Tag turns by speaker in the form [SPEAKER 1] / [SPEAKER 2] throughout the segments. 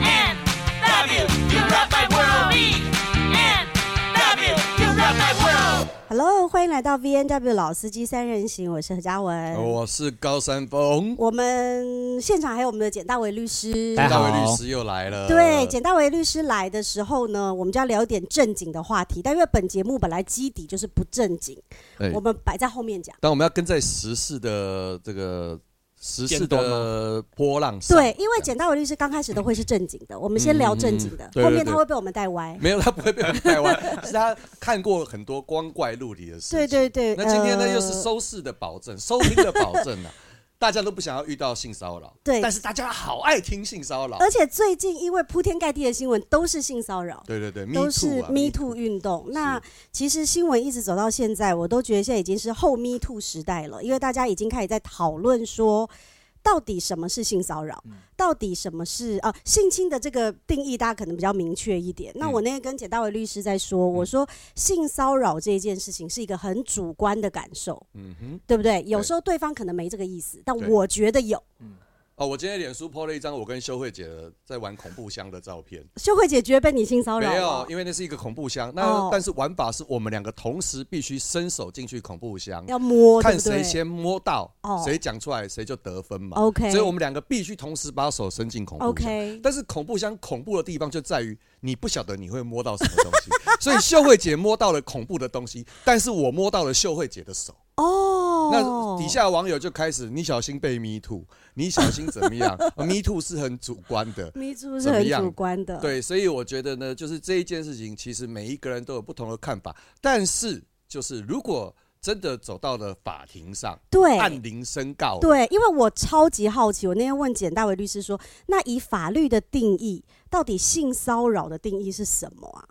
[SPEAKER 1] BMW, you rock my world. BMW, you rock my world.
[SPEAKER 2] Hello，欢哦迎来到 V N W 老司机三人行，我是何嘉文。
[SPEAKER 3] 哦
[SPEAKER 4] 我是高山峰，
[SPEAKER 2] 我们现场还有我们的简大为律师。
[SPEAKER 3] 大家
[SPEAKER 4] 大
[SPEAKER 3] 好
[SPEAKER 4] 卫律师又来了。
[SPEAKER 2] 对，简大为律师来的时候呢，我们就要聊点正经的话题，但因为本节目本来基底就是不正经，
[SPEAKER 4] 对
[SPEAKER 2] 我们摆在后面讲。
[SPEAKER 4] 但我们要跟在时事的这个时事
[SPEAKER 3] 变动
[SPEAKER 4] 的波浪上。
[SPEAKER 2] 对，因为简大为律师刚开始都会是正经的，我们先聊正经的，
[SPEAKER 4] 嗯对对
[SPEAKER 2] 后面
[SPEAKER 4] 对
[SPEAKER 2] 他会被我们带歪。
[SPEAKER 4] 没有他不会被我们带歪， 是他看过很多光怪陆离的事情。
[SPEAKER 2] 对对对，
[SPEAKER 4] 那今天呢，
[SPEAKER 2] 呃
[SPEAKER 4] 又是收视的保证，收听的保证 啊！大家都不想要遇到性骚扰，
[SPEAKER 2] 对呃
[SPEAKER 4] 但是哦大家好爱听性骚扰。
[SPEAKER 2] 而且最近因为铺天盖地的新闻都是性骚扰，
[SPEAKER 4] 对对对，
[SPEAKER 2] 都是
[SPEAKER 4] Me
[SPEAKER 2] Me
[SPEAKER 4] Too
[SPEAKER 2] Too
[SPEAKER 4] 啊
[SPEAKER 2] 运动。
[SPEAKER 4] 是
[SPEAKER 2] 那其实新闻一直走到现在，我都觉得现在已经是后 Me Too 时代了，因为大家已经开始在讨论说，到底什么是性骚
[SPEAKER 4] 嗯
[SPEAKER 2] 扰，到底什么是啊性侵的这个定义，大家可能比较明确一点。那
[SPEAKER 4] 嗯
[SPEAKER 2] 我那天跟简大伟律师在说，我说性骚扰这件事情是一个很主观的感受，
[SPEAKER 4] 嗯哼，
[SPEAKER 2] 对不对？有时候对方可能没这个意思，但
[SPEAKER 4] 对
[SPEAKER 2] 我觉得有。
[SPEAKER 4] 哦，我今天脸书 po 了一张我跟修慧姐的在玩恐怖箱的照片。
[SPEAKER 2] 秀慧姐觉得被你性骚扰
[SPEAKER 4] 没
[SPEAKER 2] 了
[SPEAKER 4] 有，，因为那是一个恐怖箱。那、
[SPEAKER 2] 哦
[SPEAKER 4] 但是玩法是我们两个同时必须伸手进去恐怖箱，
[SPEAKER 2] 要摸，对
[SPEAKER 4] 看
[SPEAKER 2] 不对
[SPEAKER 4] 谁先摸到
[SPEAKER 2] 哦，
[SPEAKER 4] 谁讲、出来谁就得分嘛。
[SPEAKER 2] OK
[SPEAKER 4] 所以我们两个必须同时把手伸进恐怖箱。
[SPEAKER 2] OK
[SPEAKER 4] 但是恐怖箱恐怖的地方就在于你不晓得你会摸到什么东西， 所以秀慧姐摸到了恐怖的东西，但是我摸到了秀慧姐的手。
[SPEAKER 2] 哦
[SPEAKER 4] 那，底下网友就开始，你小心被 me too，你小心怎 么样呃？me too 是很主观的，
[SPEAKER 2] Me Too 是
[SPEAKER 4] 怎么
[SPEAKER 2] 很
[SPEAKER 4] 样
[SPEAKER 2] 主观的，
[SPEAKER 4] 对，所以我觉得呢，就是这一件事情，其实每一个人都有不同的看法，但是就是如果真的走到了法庭上，
[SPEAKER 2] 对
[SPEAKER 4] 按铃申告，，
[SPEAKER 2] 对，因为我超级好奇，我那天问简大为律师说，那以法律的定义，到底性骚扰的定义是什么啊？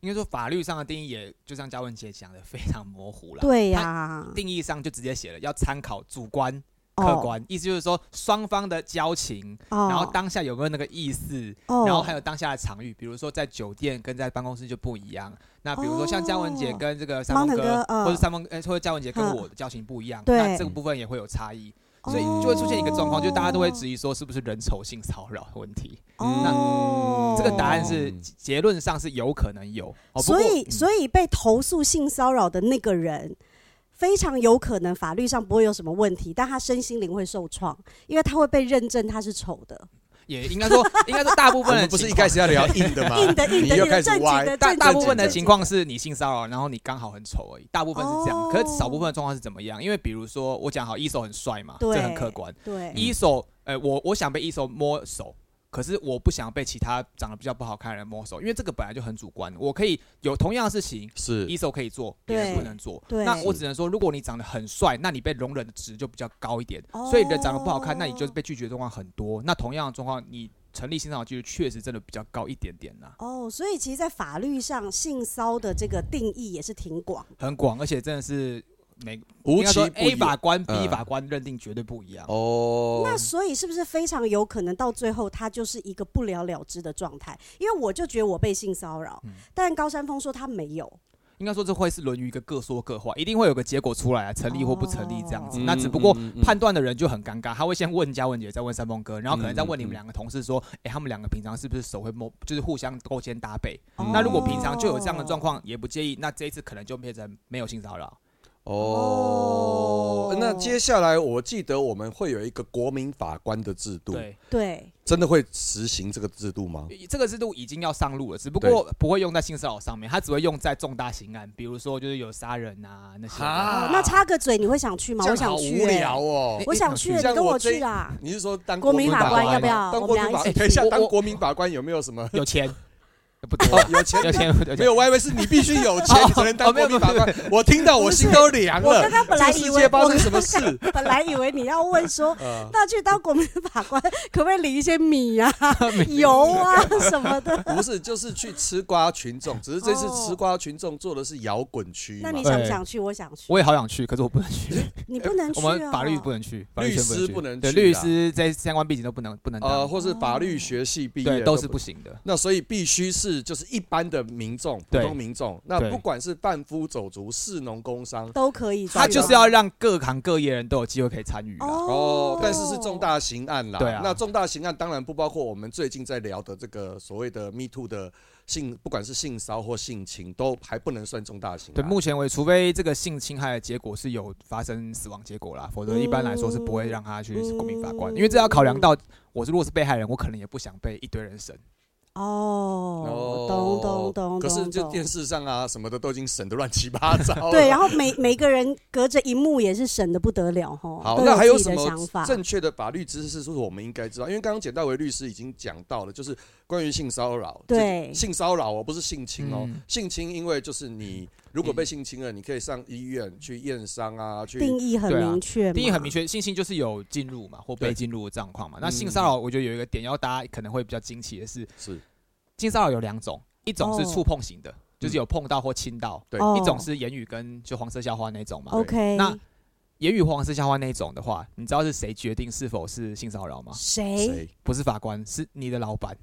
[SPEAKER 3] 应该说法律上的定义也，就像嘉文姐讲的，非常模糊了。
[SPEAKER 2] 对呀、
[SPEAKER 3] 定义上就直接写了要参考主观、
[SPEAKER 2] 哦
[SPEAKER 3] 客观，意思就是说双方的交情，
[SPEAKER 2] 哦
[SPEAKER 3] 然后当下有没有那个意思，
[SPEAKER 2] 哦
[SPEAKER 3] 然后还有当下的场域，比如说在酒店跟在办公室就不一样。那比如说像嘉文姐跟这个三峰
[SPEAKER 2] 猫腾哥嗯
[SPEAKER 3] 或者三峰，呃，或者嘉文姐跟
[SPEAKER 2] 嗯
[SPEAKER 3] 我的交情不一样，
[SPEAKER 2] 对
[SPEAKER 3] 那这个部分也会有差异，所以
[SPEAKER 2] 哦
[SPEAKER 3] 就会出现一个状况，就大家都会质疑说是不是人丑性骚扰的问题。
[SPEAKER 2] 哦，
[SPEAKER 3] 这个答案是
[SPEAKER 4] 嗯
[SPEAKER 3] 结论上是有可能有，哦、
[SPEAKER 2] 所以、
[SPEAKER 3] 不过
[SPEAKER 2] 所以被投诉性骚扰的那个人。非常有可能法律上不会有什么问题，但他身心灵会受创，因为他会被认证他是丑的，
[SPEAKER 3] 也应该说，应该说大部
[SPEAKER 4] 我
[SPEAKER 3] 分的
[SPEAKER 4] 们不是
[SPEAKER 3] 情
[SPEAKER 4] 一
[SPEAKER 3] 况
[SPEAKER 4] 开始要聊硬的 吗？
[SPEAKER 2] 硬的硬的
[SPEAKER 4] 你又
[SPEAKER 2] 硬的
[SPEAKER 4] 开始
[SPEAKER 2] 正经
[SPEAKER 4] 歪
[SPEAKER 2] 的，
[SPEAKER 3] 大
[SPEAKER 2] 正
[SPEAKER 3] 大部
[SPEAKER 2] 经
[SPEAKER 3] 分的
[SPEAKER 2] 正
[SPEAKER 3] 情
[SPEAKER 2] 经
[SPEAKER 3] 况是你性骚扰，然后你刚好很丑而已，大部分是这样。
[SPEAKER 2] 哦
[SPEAKER 3] 可是少部分的状况是怎么样？因为比如说我讲好一手很帅嘛，这
[SPEAKER 2] 对
[SPEAKER 3] 很客观。
[SPEAKER 2] 对，
[SPEAKER 3] 一手，呃，我我想被一手摸手，可是我不想被其他长得比较不好看的人摸手，因为这个本来就很主观。我可以有同样的事情，一
[SPEAKER 4] 是
[SPEAKER 3] 手可以做，
[SPEAKER 2] 对
[SPEAKER 3] 别人不能做。
[SPEAKER 2] 对
[SPEAKER 3] 那我只能说，如果你长得很帅，那你被容忍的值就比较高一点。
[SPEAKER 2] 哦
[SPEAKER 3] 所以人长得不好看，那你就是被拒绝的状况很多。那同样的状况，你成立欣赏的几率确实真的比较高一点点呐、
[SPEAKER 2] 哦，所以其实，在法律上，性骚的这个定义也是挺广。
[SPEAKER 3] 很广，而且真的是每
[SPEAKER 4] 无
[SPEAKER 3] 应该
[SPEAKER 4] 奇
[SPEAKER 3] 说
[SPEAKER 4] 不
[SPEAKER 3] A
[SPEAKER 4] 有
[SPEAKER 3] 法官、B
[SPEAKER 4] 嗯
[SPEAKER 3] 法官认定绝对不一样。
[SPEAKER 4] 哦。
[SPEAKER 2] 那所以是不是非常有可能到最后，它就是一个不了了之的状态？因为我就觉得我被性骚扰，
[SPEAKER 4] 嗯
[SPEAKER 2] 但高山峰说他没有。
[SPEAKER 3] 应该说这会是沦于一个各说各话，一定会有个结果出来啊，成立或不成立这样子。
[SPEAKER 4] 哦
[SPEAKER 3] 那只不过
[SPEAKER 4] 嗯嗯嗯嗯
[SPEAKER 3] 判断的人就很尴尬，他会先问嘉文姐，再问三峰哥，然后可能再问你们两个同事说，哎、他们两个平常是不是手会摸，就是互相勾肩搭背？
[SPEAKER 2] 哦
[SPEAKER 3] 那如果平常就有这样的状况，也不介意，那这一次可能就变成没有性骚扰。
[SPEAKER 4] 哦
[SPEAKER 2] 哦，
[SPEAKER 4] 那接下来我记得我们会有一个国民法官的制度，
[SPEAKER 3] 对，
[SPEAKER 2] 对，
[SPEAKER 4] 真的会实行这个制度吗？
[SPEAKER 3] 这个制度已经要上路了，只不过不会用在性骚扰上面，它只会用在重大刑案，比如说就是有杀人啊那些的。
[SPEAKER 2] 哦，那插个嘴你会想去吗？
[SPEAKER 4] 这
[SPEAKER 2] 我
[SPEAKER 4] 样
[SPEAKER 2] 想
[SPEAKER 4] 好
[SPEAKER 2] 去、欸
[SPEAKER 4] 无聊哦
[SPEAKER 3] 哎。
[SPEAKER 2] 我想去，欸
[SPEAKER 4] 你
[SPEAKER 2] 你
[SPEAKER 4] 像
[SPEAKER 2] 跟
[SPEAKER 4] 我
[SPEAKER 2] 我
[SPEAKER 4] 这
[SPEAKER 2] 去啦。
[SPEAKER 4] 你是说当
[SPEAKER 2] 国民法
[SPEAKER 3] 官
[SPEAKER 4] 吗
[SPEAKER 3] 要不
[SPEAKER 2] 要
[SPEAKER 4] 当
[SPEAKER 2] 我
[SPEAKER 4] 国
[SPEAKER 2] 们
[SPEAKER 4] 民
[SPEAKER 2] 俩
[SPEAKER 4] 法
[SPEAKER 2] 一起
[SPEAKER 4] 官， 等一下，
[SPEAKER 3] 去
[SPEAKER 4] 当国民法官有没有什么
[SPEAKER 3] 有钱，不多，
[SPEAKER 4] 哦有钱
[SPEAKER 3] 有钱，有
[SPEAKER 4] 没
[SPEAKER 3] 钱。
[SPEAKER 4] 有，我还以为是你必须有钱，你才能当
[SPEAKER 3] 哦没有
[SPEAKER 4] 国民法官。我听到我心都凉了。
[SPEAKER 2] 我刚刚本来
[SPEAKER 4] 这
[SPEAKER 2] 以
[SPEAKER 4] 世
[SPEAKER 2] 为
[SPEAKER 4] 界
[SPEAKER 2] 我
[SPEAKER 4] 发
[SPEAKER 2] 刚
[SPEAKER 4] 生
[SPEAKER 2] 刚
[SPEAKER 4] 什么 事？
[SPEAKER 2] 本来以为你要问 说，
[SPEAKER 4] 呃，
[SPEAKER 2] 那去当国民法官 可不可以领一些米 啊、油啊什么的？
[SPEAKER 4] 不是，就是去吃瓜群众，只是这次
[SPEAKER 3] 哦
[SPEAKER 4] 吃瓜群众做的是摇滚区
[SPEAKER 2] 那
[SPEAKER 4] 嘛
[SPEAKER 2] 你。想不想去？我想去，
[SPEAKER 3] 我也好想去，可是我不能去。
[SPEAKER 2] 你不能去、
[SPEAKER 3] 呃我
[SPEAKER 2] 啊。
[SPEAKER 3] 们法律不能去，法律圈
[SPEAKER 4] 律师不能
[SPEAKER 3] 对，
[SPEAKER 4] 去啊
[SPEAKER 3] 律
[SPEAKER 4] 啦
[SPEAKER 3] 师在相关背景都不能不能
[SPEAKER 4] 呃，
[SPEAKER 3] 当，
[SPEAKER 4] 或是法律学系毕
[SPEAKER 3] 哦
[SPEAKER 4] 业
[SPEAKER 3] 对，
[SPEAKER 4] 的
[SPEAKER 3] 都是不。行的。
[SPEAKER 4] 那所以必须是是就是一般的民众，普
[SPEAKER 3] 对
[SPEAKER 4] 通民众，那
[SPEAKER 3] 对
[SPEAKER 4] 不管是贩夫走卒、士农工商，
[SPEAKER 2] 都可以
[SPEAKER 4] 啊
[SPEAKER 2] 去吗，
[SPEAKER 3] 他就是要让各行各业人都有机会可以参与啊啦。
[SPEAKER 4] 哦，但是是重大刑案啦。
[SPEAKER 3] 对啊
[SPEAKER 4] 那重大刑案当然不包括我们最近在聊的这个所谓的 Me Too 的性，不管是性骚或性侵，都还不能算重大刑案。
[SPEAKER 3] 对，目前为止，除非这个性侵害的结果是有发生死亡结果啦，否则一般来说是不会让他去公民法官，
[SPEAKER 2] 嗯
[SPEAKER 3] 因为这要考量到我是如果是被害人，我可能也不想被一堆人审。
[SPEAKER 2] 哦，懂懂懂，
[SPEAKER 4] 可是
[SPEAKER 2] 懂
[SPEAKER 4] 就
[SPEAKER 2] 懂
[SPEAKER 4] 电视上啊什么的都已经审的乱七八糟了。
[SPEAKER 2] 对，然后每每个人隔着一幕也是省的不得了哈。
[SPEAKER 4] 好，
[SPEAKER 2] 都
[SPEAKER 4] 那还有
[SPEAKER 2] 自己
[SPEAKER 4] 什
[SPEAKER 2] 的想
[SPEAKER 4] 么
[SPEAKER 2] 法？
[SPEAKER 4] 正确的法律知识是我们应该知道？因为刚刚简大为律师已经讲到了，就是关于性骚扰。
[SPEAKER 2] 对
[SPEAKER 4] 这性骚扰哦，不是性侵哦
[SPEAKER 3] 嗯。
[SPEAKER 4] 性侵因为就是你如果被性侵了，你可以上医院去验伤啊，去
[SPEAKER 2] 定义很
[SPEAKER 3] 对啊
[SPEAKER 2] 明确嘛，
[SPEAKER 3] 定义很明确，性侵就是有进入嘛或
[SPEAKER 4] 对
[SPEAKER 3] 被进入的状况嘛。那性
[SPEAKER 4] 嗯
[SPEAKER 3] 骚扰，我觉得有一个点要大家可能会比较惊奇的是，
[SPEAKER 4] 是
[SPEAKER 3] 性骚扰有两种，一种是
[SPEAKER 2] 哦
[SPEAKER 3] 触碰型的，就是有碰到或亲到；
[SPEAKER 4] 对
[SPEAKER 2] 哦
[SPEAKER 3] 一种是言语跟就黄色笑话那种嘛。
[SPEAKER 2] OK。
[SPEAKER 3] 那言语黄色笑话那种的话，你知道是谁决定是否是性骚扰吗？
[SPEAKER 2] 谁？
[SPEAKER 4] 谁？
[SPEAKER 3] 不是法官，是你的老板。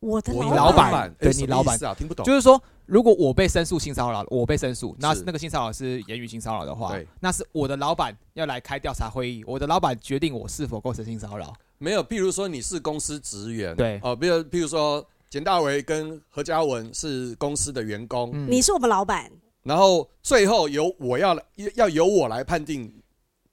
[SPEAKER 2] 我的
[SPEAKER 4] 我
[SPEAKER 3] 老板
[SPEAKER 4] 板，
[SPEAKER 3] 对
[SPEAKER 4] 哎
[SPEAKER 3] 你
[SPEAKER 4] 什么
[SPEAKER 3] 老板
[SPEAKER 4] 意思啊，听不懂。
[SPEAKER 3] 就是说，如果我被申诉性骚扰，我被申诉，那
[SPEAKER 4] 是
[SPEAKER 3] 那个性骚扰是言语性骚扰的话
[SPEAKER 4] 对，
[SPEAKER 3] 那是我的老板要来开调查会议，我的老板决定我是否构成性骚扰。
[SPEAKER 4] 没有，譬如说你是公司职员，
[SPEAKER 3] 对
[SPEAKER 4] 哦，比如譬如说简大为跟何嘉文是公司的员工，
[SPEAKER 3] 嗯
[SPEAKER 2] 你是我们老板，
[SPEAKER 4] 然后最后由我要来要由我来判定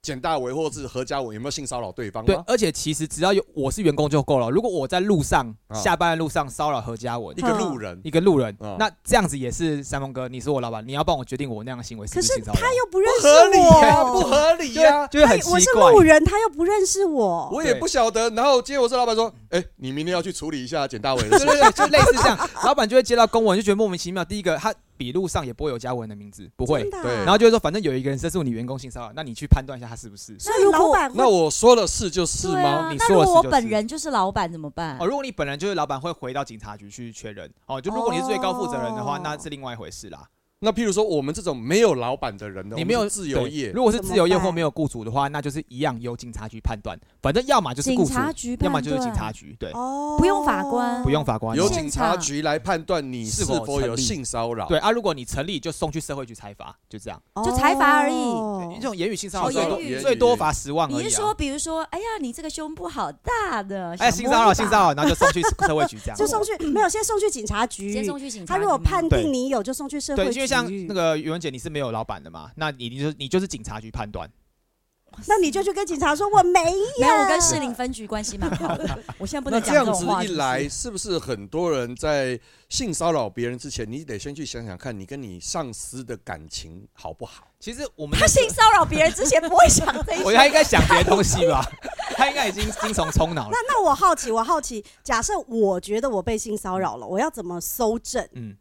[SPEAKER 4] 简大为或是何嘉文有没有性骚扰对方
[SPEAKER 3] 对
[SPEAKER 4] 吗，？
[SPEAKER 3] 而且其实只要有我是员工就够了。如果我在路上
[SPEAKER 4] 啊
[SPEAKER 3] 下班的路上骚扰何嘉文嗯
[SPEAKER 4] 一，个路人，
[SPEAKER 3] 一个路人
[SPEAKER 4] 啊，
[SPEAKER 3] 那这样子也是三峰哥，你是我老板，你要帮我决定我那样的行为是不
[SPEAKER 2] 可
[SPEAKER 3] 是
[SPEAKER 2] 是
[SPEAKER 3] 性骚扰？
[SPEAKER 2] 又不认识
[SPEAKER 4] 合理呀，
[SPEAKER 3] 啊
[SPEAKER 4] 不
[SPEAKER 2] 我，
[SPEAKER 4] 合理
[SPEAKER 3] 就
[SPEAKER 4] 呀
[SPEAKER 3] 会，就会
[SPEAKER 2] 他
[SPEAKER 3] 很
[SPEAKER 2] 也我
[SPEAKER 3] 奇
[SPEAKER 2] 是
[SPEAKER 3] 怪
[SPEAKER 2] 路。人，他又不认识我。
[SPEAKER 4] 我也不晓得。然后结果是老板说：“哎，你明天要去处理一下简大为的事
[SPEAKER 3] 对。对对，就类似这样，老板就会接到公文，就觉得莫名其妙。第一个，他笔录上也不会有嘉文的名字，不会
[SPEAKER 2] 真。的啊
[SPEAKER 4] 对
[SPEAKER 3] 然后就会说，反正有一个人申诉你员工性骚扰，那你去判断一下他是不是。
[SPEAKER 2] 所以老板”
[SPEAKER 4] 那
[SPEAKER 2] 会
[SPEAKER 4] 我说的是就是
[SPEAKER 5] 对啊
[SPEAKER 4] 吗？
[SPEAKER 3] 你
[SPEAKER 5] 那
[SPEAKER 3] 说
[SPEAKER 5] 如
[SPEAKER 3] 的
[SPEAKER 5] 果
[SPEAKER 3] 是
[SPEAKER 5] 我
[SPEAKER 3] 就是
[SPEAKER 5] 本人就是老板怎么办
[SPEAKER 3] 哦，？如果你本人就是老板，会回到警察局去确认。哦，就如果你是最高负责人的话，
[SPEAKER 2] 哦
[SPEAKER 3] 那是另外一回事啦。
[SPEAKER 4] 那譬如说我们这种没有老板的人呢，
[SPEAKER 3] 你没有
[SPEAKER 4] 我们是自由
[SPEAKER 3] 对
[SPEAKER 4] 业，
[SPEAKER 3] 如果是
[SPEAKER 2] 怎么
[SPEAKER 3] 自由业或
[SPEAKER 2] 办
[SPEAKER 3] 没有雇主的话，那就是一样由警察局判断。反正要么就是
[SPEAKER 5] 警
[SPEAKER 3] 雇主，
[SPEAKER 5] 察局判断，
[SPEAKER 3] 要么就是警察局，对，
[SPEAKER 2] 哦
[SPEAKER 5] 不用法官
[SPEAKER 3] 不用法官。
[SPEAKER 4] 由
[SPEAKER 5] 现
[SPEAKER 4] 警察
[SPEAKER 5] 场
[SPEAKER 4] 局来判断你是
[SPEAKER 3] 是否
[SPEAKER 4] 否有
[SPEAKER 3] 成立
[SPEAKER 4] 性骚扰。
[SPEAKER 3] 对啊，如果你成立，就送去社会局裁罚，就这样。
[SPEAKER 5] 就裁罚而已
[SPEAKER 2] 哦
[SPEAKER 3] 对这种言语性骚扰
[SPEAKER 5] 哦
[SPEAKER 3] 最多
[SPEAKER 5] 言语
[SPEAKER 3] 最多罚十万而已、啊。
[SPEAKER 5] 你是说，比如说，哎呀，你这个胸部好大的，
[SPEAKER 3] 哎，
[SPEAKER 5] 想
[SPEAKER 3] 性
[SPEAKER 5] 摸
[SPEAKER 3] 骚
[SPEAKER 5] 一
[SPEAKER 3] 扰，
[SPEAKER 5] 把
[SPEAKER 3] 性骚扰，然后就送去社会局这样。
[SPEAKER 2] 就送去没有，先送去警察局。
[SPEAKER 5] 嗯先送去警察
[SPEAKER 2] 他
[SPEAKER 5] 局吗。
[SPEAKER 2] 如果判
[SPEAKER 3] 对
[SPEAKER 2] 定你有，就送去社会
[SPEAKER 3] 对，
[SPEAKER 2] 局。
[SPEAKER 3] 因为像那个于文姐，你是没有老板的嘛，那你就是你就是警察局判断。
[SPEAKER 2] 那你就去跟警察说我没有，
[SPEAKER 5] 没有，我跟士林分局关系蛮好的，我现在不
[SPEAKER 4] 那
[SPEAKER 5] 能
[SPEAKER 4] 这
[SPEAKER 5] 讲这
[SPEAKER 4] 样
[SPEAKER 5] 种
[SPEAKER 4] 子
[SPEAKER 5] 话。
[SPEAKER 4] 一
[SPEAKER 5] 是不是
[SPEAKER 4] 来，是不是很多人在性骚扰别人之前，你得先去想想看，你跟你上司的感情好不好？
[SPEAKER 3] 其实我们
[SPEAKER 5] 他性骚扰别人之前不会想这
[SPEAKER 3] 我
[SPEAKER 5] 些，
[SPEAKER 3] 觉得他应该想别的东西吧，他应该已经精神冲脑了
[SPEAKER 2] 那。那我好奇，我好奇，假设我觉得我被性骚扰了，我要怎么搜证？
[SPEAKER 3] 嗯，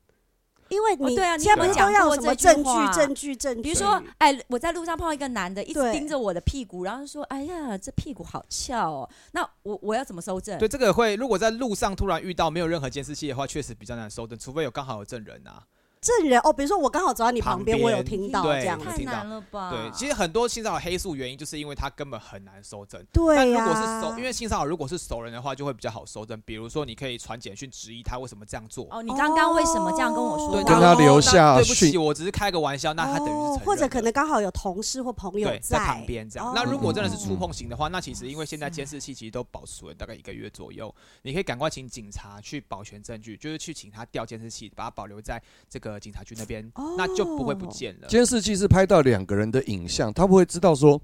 [SPEAKER 2] 因为你
[SPEAKER 5] 哦对啊你
[SPEAKER 2] 现在不是
[SPEAKER 5] 有讲
[SPEAKER 2] 都要有
[SPEAKER 5] 过
[SPEAKER 2] 什么
[SPEAKER 5] 这
[SPEAKER 2] 证
[SPEAKER 5] 句
[SPEAKER 2] 据
[SPEAKER 5] 话、
[SPEAKER 2] 证据、证据？
[SPEAKER 5] 比如说，哎，我在路上碰到一个男的，一直
[SPEAKER 2] 对
[SPEAKER 5] 盯着我的屁股，然后说，哎呀，这屁股好翘哦。那我我要怎么收证？
[SPEAKER 3] 对，这个会，如果在路上突然遇到没有任何监视器的话，确实比较难搜证，除非有刚好有证人啊。
[SPEAKER 2] 证人哦，比如说我刚好走到你旁边，
[SPEAKER 3] 旁
[SPEAKER 2] 我
[SPEAKER 3] 边
[SPEAKER 2] 有听到
[SPEAKER 3] 对
[SPEAKER 2] 这样
[SPEAKER 3] 我
[SPEAKER 2] 子，
[SPEAKER 5] 太
[SPEAKER 3] 听到
[SPEAKER 5] 难了吧？
[SPEAKER 2] 啊
[SPEAKER 3] 对，其实很多性骚扰黑素原因就是因为他根本很难搜证。但
[SPEAKER 2] 对
[SPEAKER 3] 如
[SPEAKER 2] 呀、
[SPEAKER 3] 果是熟，因为性骚扰如果是熟人的话，就会比较好搜证。比如说，你可以传简讯质疑他为什么这样做，
[SPEAKER 5] 哦，你刚刚为什么这样跟我说
[SPEAKER 3] 对，
[SPEAKER 5] 话？
[SPEAKER 3] 那
[SPEAKER 4] 跟他
[SPEAKER 3] 哦
[SPEAKER 4] 留
[SPEAKER 3] 那
[SPEAKER 4] 下
[SPEAKER 3] 对不起，
[SPEAKER 4] 讯
[SPEAKER 3] 我只是开个玩笑，那他等于是承
[SPEAKER 2] 哦
[SPEAKER 3] 认，
[SPEAKER 2] 或者
[SPEAKER 3] 了
[SPEAKER 2] 可能刚好有哦嗯同事或朋友
[SPEAKER 3] 对在旁边这样。那如果真的是触碰型的话，那其实因为现在监视器其实都保存大概一个月左右，你可以赶快请警察去保全证据，就是去请他调监视器，把它保留在这个警察局那边，那就不会不
[SPEAKER 2] 哦
[SPEAKER 3] 见了。
[SPEAKER 4] 监视器是拍到两个人的影像，他不会知道说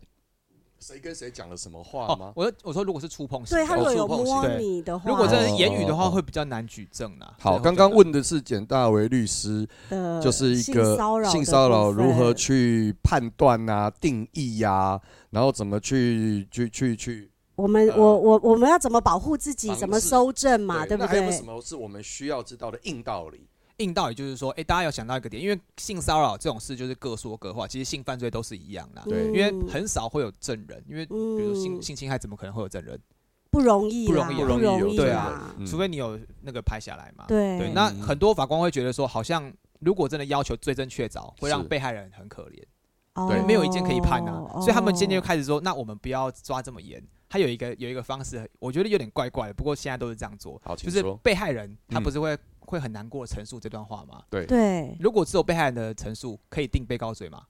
[SPEAKER 4] 谁跟谁讲了什么话
[SPEAKER 3] 哦
[SPEAKER 4] 吗，？
[SPEAKER 3] 我我说如果是触碰型
[SPEAKER 2] 对
[SPEAKER 3] 的，
[SPEAKER 2] 他如果有
[SPEAKER 4] 触碰性
[SPEAKER 2] 摸
[SPEAKER 3] 对
[SPEAKER 2] 你的话，
[SPEAKER 3] 如果真的
[SPEAKER 4] 哦
[SPEAKER 3] 是言语的
[SPEAKER 4] 哦
[SPEAKER 3] 话，
[SPEAKER 4] 哦
[SPEAKER 3] 会比较难举证啊啦。
[SPEAKER 4] 好，
[SPEAKER 3] 对
[SPEAKER 4] 刚刚，问的是简大为律师，
[SPEAKER 2] 的
[SPEAKER 4] 就是一
[SPEAKER 2] 嗯性
[SPEAKER 4] 个
[SPEAKER 2] 骚扰的
[SPEAKER 4] 性骚扰
[SPEAKER 2] 部分
[SPEAKER 4] 如何去判断啊、定义呀、然后怎么去去去去
[SPEAKER 2] 我们、
[SPEAKER 4] 呃
[SPEAKER 2] 我我我们要怎么保护自己，
[SPEAKER 4] 防
[SPEAKER 2] 怎么
[SPEAKER 4] 治
[SPEAKER 2] 搜证嘛，
[SPEAKER 4] 对
[SPEAKER 2] 对不
[SPEAKER 4] 那还有没有什
[SPEAKER 2] 对？
[SPEAKER 4] 么是我们需要知道的硬道理？
[SPEAKER 3] 硬道理就是说，哎、大家有想到一个点，因为性骚扰这种事就是各说各话，其实性犯罪都是一样啦。啊
[SPEAKER 4] 对
[SPEAKER 3] 因为很少会有证人，因为比
[SPEAKER 2] 嗯
[SPEAKER 3] 如说性性侵害怎么可能会有证人？
[SPEAKER 2] 不容易
[SPEAKER 3] 不
[SPEAKER 2] 啦，
[SPEAKER 3] 容易啊
[SPEAKER 2] 不
[SPEAKER 3] 不
[SPEAKER 4] 容易
[SPEAKER 2] 容易
[SPEAKER 3] 有对
[SPEAKER 2] 啦
[SPEAKER 3] 啊
[SPEAKER 4] 嗯
[SPEAKER 3] 除非你有那个拍下来嘛。
[SPEAKER 2] 对
[SPEAKER 3] 那
[SPEAKER 4] 嗯
[SPEAKER 3] 很多法官会觉得说，好像如果真的要求罪证确凿，会让
[SPEAKER 4] 是
[SPEAKER 3] 被害人很可怜，
[SPEAKER 4] 对
[SPEAKER 3] 没有一件可以判啊。
[SPEAKER 2] 哦
[SPEAKER 3] 所以他们渐渐
[SPEAKER 2] 哦
[SPEAKER 3] 就开始说，那我们不要抓这么严。他有一个有一个方式，我觉得有点怪怪的，不过现在都是这样做
[SPEAKER 4] 好，
[SPEAKER 3] 就
[SPEAKER 4] 请
[SPEAKER 3] 是
[SPEAKER 4] 说
[SPEAKER 3] 被害人他
[SPEAKER 4] 嗯
[SPEAKER 3] 不是会会很难过地陈述这段话吗？
[SPEAKER 2] 对，
[SPEAKER 3] 如果只有被害人的陈述，可以定被告罪吗？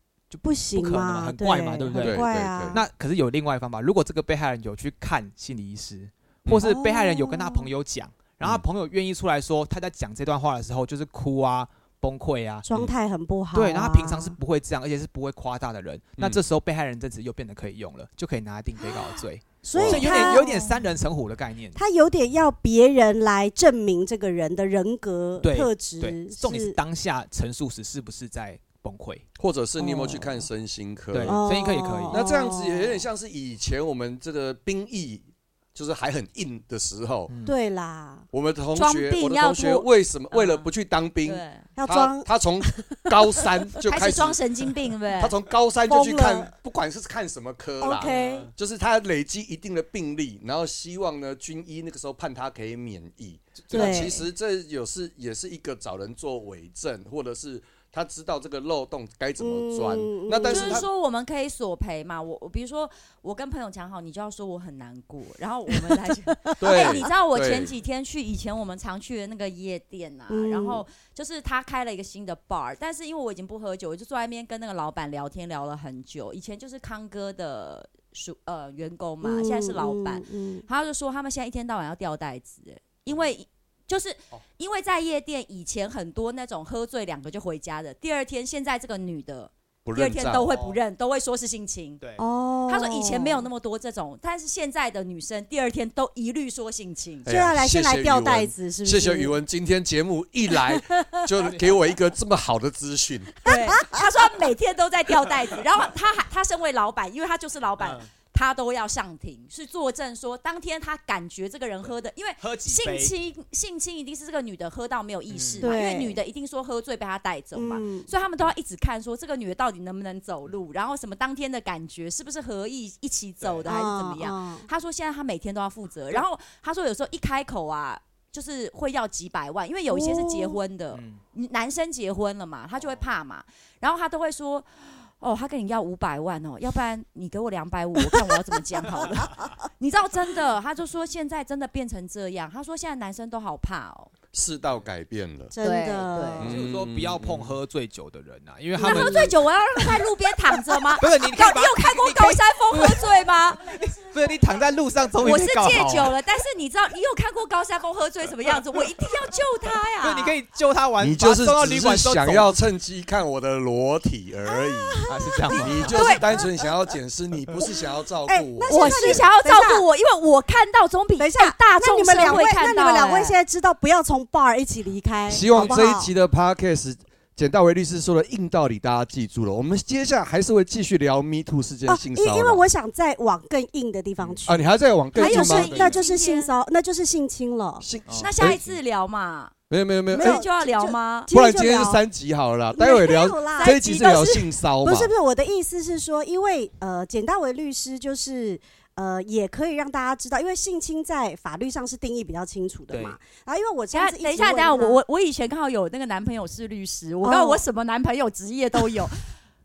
[SPEAKER 2] 不行
[SPEAKER 3] 不可能嘛
[SPEAKER 2] 嘛，
[SPEAKER 3] 很怪嘛对不对
[SPEAKER 2] 很怪啊
[SPEAKER 4] 对对对，
[SPEAKER 3] 那可是有另外一方法，如果这个被害人有去看心理医师，或是被害人有跟他朋友讲，然后他朋友愿意出来说他在讲这段话的时候就是哭啊、崩溃啊，
[SPEAKER 2] 状态很不好啊。
[SPEAKER 3] 对，然后他平常是不会这样，而且是不会夸大的人，那这时候被害人证词又变得可以用了，就可以拿来定被告罪，
[SPEAKER 2] 所
[SPEAKER 3] 所
[SPEAKER 2] 以
[SPEAKER 3] 以有点
[SPEAKER 2] 他
[SPEAKER 3] 有点三人成虎的概念。
[SPEAKER 2] 他有点要别人来证明这个人的人格
[SPEAKER 3] 对
[SPEAKER 2] 特质
[SPEAKER 3] 对，重点是当下陈述时是不是在崩溃？
[SPEAKER 4] 或者是你有没有去看身心科？
[SPEAKER 3] 对
[SPEAKER 2] 哦
[SPEAKER 3] 声音可以可以
[SPEAKER 4] 那这样子也有点像是以前我们这个兵役，就是还很硬的时候，
[SPEAKER 2] 对啦，
[SPEAKER 4] 我们同
[SPEAKER 5] 装
[SPEAKER 4] 学，
[SPEAKER 5] 病
[SPEAKER 4] 我的
[SPEAKER 5] 要
[SPEAKER 4] 同学
[SPEAKER 5] 脱
[SPEAKER 4] 为什么
[SPEAKER 5] 嗯
[SPEAKER 4] 为了不去当兵，
[SPEAKER 5] 对，
[SPEAKER 2] 要
[SPEAKER 4] 他
[SPEAKER 2] 装
[SPEAKER 4] 他从 高三就
[SPEAKER 5] 开
[SPEAKER 4] 开
[SPEAKER 5] 始
[SPEAKER 4] 始，
[SPEAKER 5] 装神经病，对不对
[SPEAKER 4] 他？从高三就去
[SPEAKER 2] 疯
[SPEAKER 4] 看
[SPEAKER 2] 了，
[SPEAKER 4] 不管是看什么科啦。
[SPEAKER 2] OK，
[SPEAKER 4] 就是他累积一定的病例，然后希望呢军医那个时候判他可以免疫。
[SPEAKER 2] 对
[SPEAKER 4] 那其实这有是也是一个找人做伪证，或者是他知道这个漏洞该怎么钻。
[SPEAKER 2] 嗯
[SPEAKER 4] 那但
[SPEAKER 5] 就是是
[SPEAKER 4] 他
[SPEAKER 5] 说，我们可以索赔嘛？我我比如说，我跟朋友讲好，你就要说我很难过，然后我们 来去
[SPEAKER 4] 对、
[SPEAKER 5] 哎、你知道我
[SPEAKER 4] 对
[SPEAKER 5] 前几天去以前我们常去的那个夜店啊，
[SPEAKER 2] 嗯
[SPEAKER 5] 然后就是他开了一个新的 bar，但是因为我已经不喝酒，我就坐在那边跟那个老板聊天聊了很久。以前就是康哥的属呃员工嘛，现在是老板，
[SPEAKER 2] 嗯，嗯
[SPEAKER 5] 他就说他们现在一天到晚要吊带子，哎因
[SPEAKER 4] 嗯
[SPEAKER 5] 为。就是
[SPEAKER 4] 哦
[SPEAKER 5] 因为在夜店以前很多那种喝醉两个就回家的，第二天现在这个女的
[SPEAKER 4] 不
[SPEAKER 5] 第二
[SPEAKER 4] 认
[SPEAKER 5] 天
[SPEAKER 4] 账哦
[SPEAKER 5] 都会不认，都会说是性侵。
[SPEAKER 3] 对
[SPEAKER 2] 哦，
[SPEAKER 5] 他说以前没有那么多这种，但是现在的女生第二天都一律说性侵。
[SPEAKER 4] 哎
[SPEAKER 2] 接下来
[SPEAKER 4] 谢
[SPEAKER 2] 先
[SPEAKER 4] 谢
[SPEAKER 2] 来吊
[SPEAKER 4] 宇文
[SPEAKER 2] 带子，是不
[SPEAKER 4] 谢
[SPEAKER 2] 是？
[SPEAKER 4] 谢宇文，今天节目一 来就给我一个这么好的资讯，
[SPEAKER 5] 对，他说他每天都在吊带子，然后他还他身为老板，因为他就是老板，
[SPEAKER 3] 嗯
[SPEAKER 5] 他都要上庭去作证说当天他感觉这个人喝的，因为。
[SPEAKER 3] 喝几
[SPEAKER 5] 性
[SPEAKER 3] 杯，
[SPEAKER 5] 侵，性侵一定是这个女的喝到没有意识嘛，
[SPEAKER 2] 嗯
[SPEAKER 5] 因为
[SPEAKER 2] 对
[SPEAKER 5] 女的一定说喝醉被他带走嘛，
[SPEAKER 2] 嗯
[SPEAKER 5] 所以他们都要一直看说这个女的到底能不能走路，然后什么当天的感觉是不是合意一起走的还是怎么样。
[SPEAKER 2] 样？
[SPEAKER 5] 他说现在他每天都要负责，然后他说有时候一开口啊，就是会要几百万，因为有一些是结婚
[SPEAKER 2] 哦
[SPEAKER 5] 的，
[SPEAKER 3] 嗯，
[SPEAKER 5] 你男生结婚了嘛，他就会怕嘛，然后他都会说。哦，他跟你要五百万哦，要不然你给我两百五，我看我要怎么讲好了。 你知道真的，他就说现在真的变成这样，他说现在男生都好怕哦。
[SPEAKER 4] 世道改变了。
[SPEAKER 2] 真的，
[SPEAKER 5] 对
[SPEAKER 3] 所以说不要碰喝醉酒的人啊，因为他
[SPEAKER 5] 那
[SPEAKER 3] 们？
[SPEAKER 5] 喝醉酒，我要让他在路边躺着吗
[SPEAKER 3] 不是 你，
[SPEAKER 5] 有
[SPEAKER 3] 你可以把
[SPEAKER 5] 你有看过
[SPEAKER 3] 你可
[SPEAKER 5] 高
[SPEAKER 3] 以
[SPEAKER 5] 山峰喝醉 吗？
[SPEAKER 3] 不是你躺在路上，终于
[SPEAKER 5] 我是
[SPEAKER 3] 被告
[SPEAKER 5] 戒
[SPEAKER 3] 好
[SPEAKER 5] 酒了，但是你知道，你有看过高山峰喝醉什么样子？我一定要救他
[SPEAKER 3] 不是
[SPEAKER 5] 呀！
[SPEAKER 3] 你可以救他玩，
[SPEAKER 4] 你就
[SPEAKER 3] 把他
[SPEAKER 4] 是
[SPEAKER 3] 送到
[SPEAKER 4] 只
[SPEAKER 3] 旅
[SPEAKER 4] 是
[SPEAKER 3] 馆之后
[SPEAKER 4] 想
[SPEAKER 3] 走
[SPEAKER 4] 要趁机看我的裸体而已，
[SPEAKER 3] 啊，是这样吗？
[SPEAKER 4] 你就是单纯想要捡尸，你不是想要照
[SPEAKER 2] 哎
[SPEAKER 4] 顾我。
[SPEAKER 2] 那
[SPEAKER 5] 我是想要照顾我，因为我看到总比
[SPEAKER 2] 等一下
[SPEAKER 5] 被大
[SPEAKER 2] 那
[SPEAKER 5] 众
[SPEAKER 2] 你们
[SPEAKER 5] 社
[SPEAKER 2] 两
[SPEAKER 5] 会
[SPEAKER 2] 位，那
[SPEAKER 5] 看
[SPEAKER 2] 你
[SPEAKER 5] 到。
[SPEAKER 2] 们两位
[SPEAKER 5] 哎
[SPEAKER 2] 现在知道不要从 bar 一起离开，
[SPEAKER 4] 希望这一
[SPEAKER 2] 好不好
[SPEAKER 4] 集的 podcast 简大为律师说的硬道理大家记住了。我们接下来还是会继续聊 Me Too 事件
[SPEAKER 2] 哦，
[SPEAKER 4] 性
[SPEAKER 2] 因
[SPEAKER 4] 骚扰。
[SPEAKER 2] 因为我想再往更硬的地方去
[SPEAKER 4] 啊，，你还在往更
[SPEAKER 2] 还有
[SPEAKER 4] 近
[SPEAKER 2] 是
[SPEAKER 4] 吗？
[SPEAKER 2] 那就是性骚，那就是性侵了。
[SPEAKER 4] 性
[SPEAKER 3] 哦
[SPEAKER 5] 那下一次聊嘛，
[SPEAKER 4] 没有没有没有，
[SPEAKER 2] 没有
[SPEAKER 4] 哎
[SPEAKER 5] 就要聊吗？
[SPEAKER 4] 不然今
[SPEAKER 2] 就聊
[SPEAKER 4] 天是三集好了啦，待会聊
[SPEAKER 2] 没有啦
[SPEAKER 4] 这一集是
[SPEAKER 5] 三
[SPEAKER 4] 聊
[SPEAKER 5] 集都是
[SPEAKER 4] 性骚嘛
[SPEAKER 2] 不？是不是，我的意思是说，因为呃，简大为律师就是呃，也可以让大家知道，因为性侵在法律上是定义比较清楚的嘛。然后因为我
[SPEAKER 5] 等一
[SPEAKER 2] 上
[SPEAKER 5] 下，
[SPEAKER 2] 次
[SPEAKER 5] 等一
[SPEAKER 2] 直
[SPEAKER 5] 下，
[SPEAKER 2] 问
[SPEAKER 5] 等一下，
[SPEAKER 2] 他
[SPEAKER 5] 我我我以前刚好有那个男朋友是律师，我
[SPEAKER 2] 哦
[SPEAKER 5] 告诉我什么男朋友职业都有。